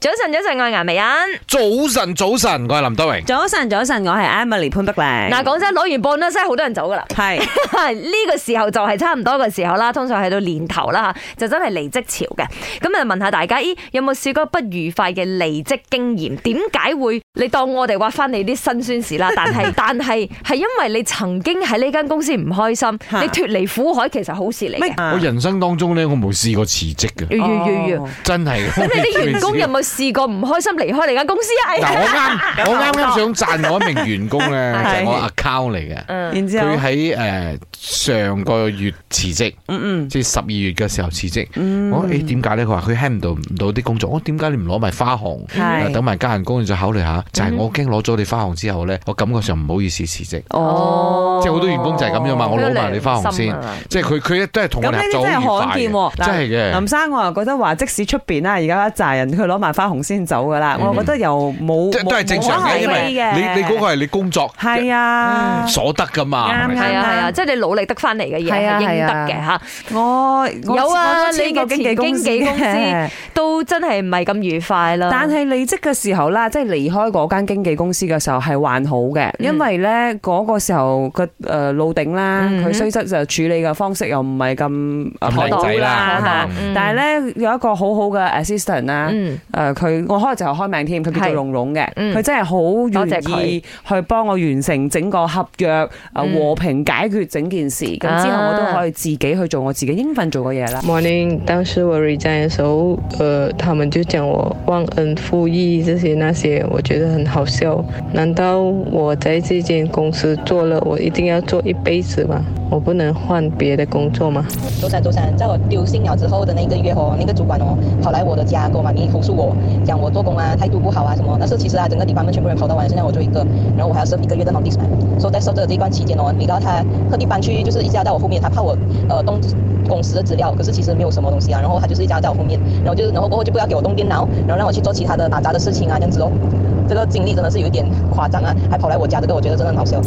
早晨，早晨，我係顏美欣。早晨，早晨，我係林德榮。早晨，早晨，我係 Emily 潘碧玲。嗱，講真，攞完半啦，真係好多人走噶 啦。係呢個時候就係差唔多嘅時候啦，通常去到年頭啦，就真係離職潮嘅。咁啊，問下大家，咦，有冇試過不愉快嘅離職經驗？點解會？你當我哋挖翻你啲辛酸事 啦，但係但係係因為你曾經喺呢間公司唔開心，嚇你脱離苦海其實好事嚟嘅。啊我人生當中咧，我冇試過辭職嘅，要要要要哦真係嘅。咁你 啲員工有嗱，冇試過唔開心離開你間公司啊？我啱，我啱啱想讚我一名員工咧，就 係係我 account 嚟嘅。嗯然之後佢，喺誒上個月辭職，嗯嗯，即係十二月嘅時候辭職。我誒點解咧？佢話佢 handle 唔到啲工作。我點解你唔攞埋花紅？係嗯等埋加人工你再考慮下。就係我驚攞咗你花紅之後咧，我感覺上唔好意思辭職。哦，即係好多員工就係咁樣嘛，我攞埋你花紅心先啊，即係佢佢都係同咁我哋呢合啲作真係好罕愉見喎。快嘅，嗱真係林嘅。生我又覺得話，即使出邊啦，而家一紮人佢攞埋花紅先走噶啦，嗯我覺得又冇即係都係正常冇可嘅，非因為你你嗰個係你工作係啊。所得噶嘛，係咪啱先係啊係啊，即係你努力得翻嚟嘅嘢係啊係應得係嘅嚇，我我有啊我都簽過你嘅經紀公司前經紀公司 嘅都真係唔係咁愉快啦。但係離職嘅時候啦，即係離開嗰間經紀公司嘅時候係還好嘅，嗯因為咧嗰個時候個誒老頂啦，嗯佢雖則就處理嘅方式又唔係咁咁妥靚當仔啦啦可嚇能嗯但係咧有一個好好嘅 assistant 啦，嗯誒佢我開就開名添，佢叫做係蓉蓉嘅，嗯佢真係好多謝願意佢去幫我完成整個合約，誒嗯啊和平解決整件事，咁之後我都可以自己去做我自己應份做嘅嘢啦。 Morning，当时我 resign 的时候，呃，他们就讲我忘恩负义这些那些，我觉得很好笑。难道我在这间公司做了，我一定要做一辈子吗？我不能换别的工作吗？周三周三，在我丢信了之后的那个月哦，那个主管哦，跑来我的家跟我妈咪投诉我，讲我做工啊态度不好啊什么。但是其实啊，整个地方们全部人跑到完，现在我就一个，然后我还要 serve 一个月的 notice 嘛。所以在 serve 的这一段期间哦，你知道他特地搬去，就是一直要在我后面，他怕我呃动公司的资料，可是其实没有什么东西啊。然后他就是一直要在我后面，然后就是然后过后就不要给我动电脑，然后让我去做其他的打杂的事情啊这样子哦。这个经历真的是有一点夸张啊，还跑来我家，这个我觉得真的很好笑。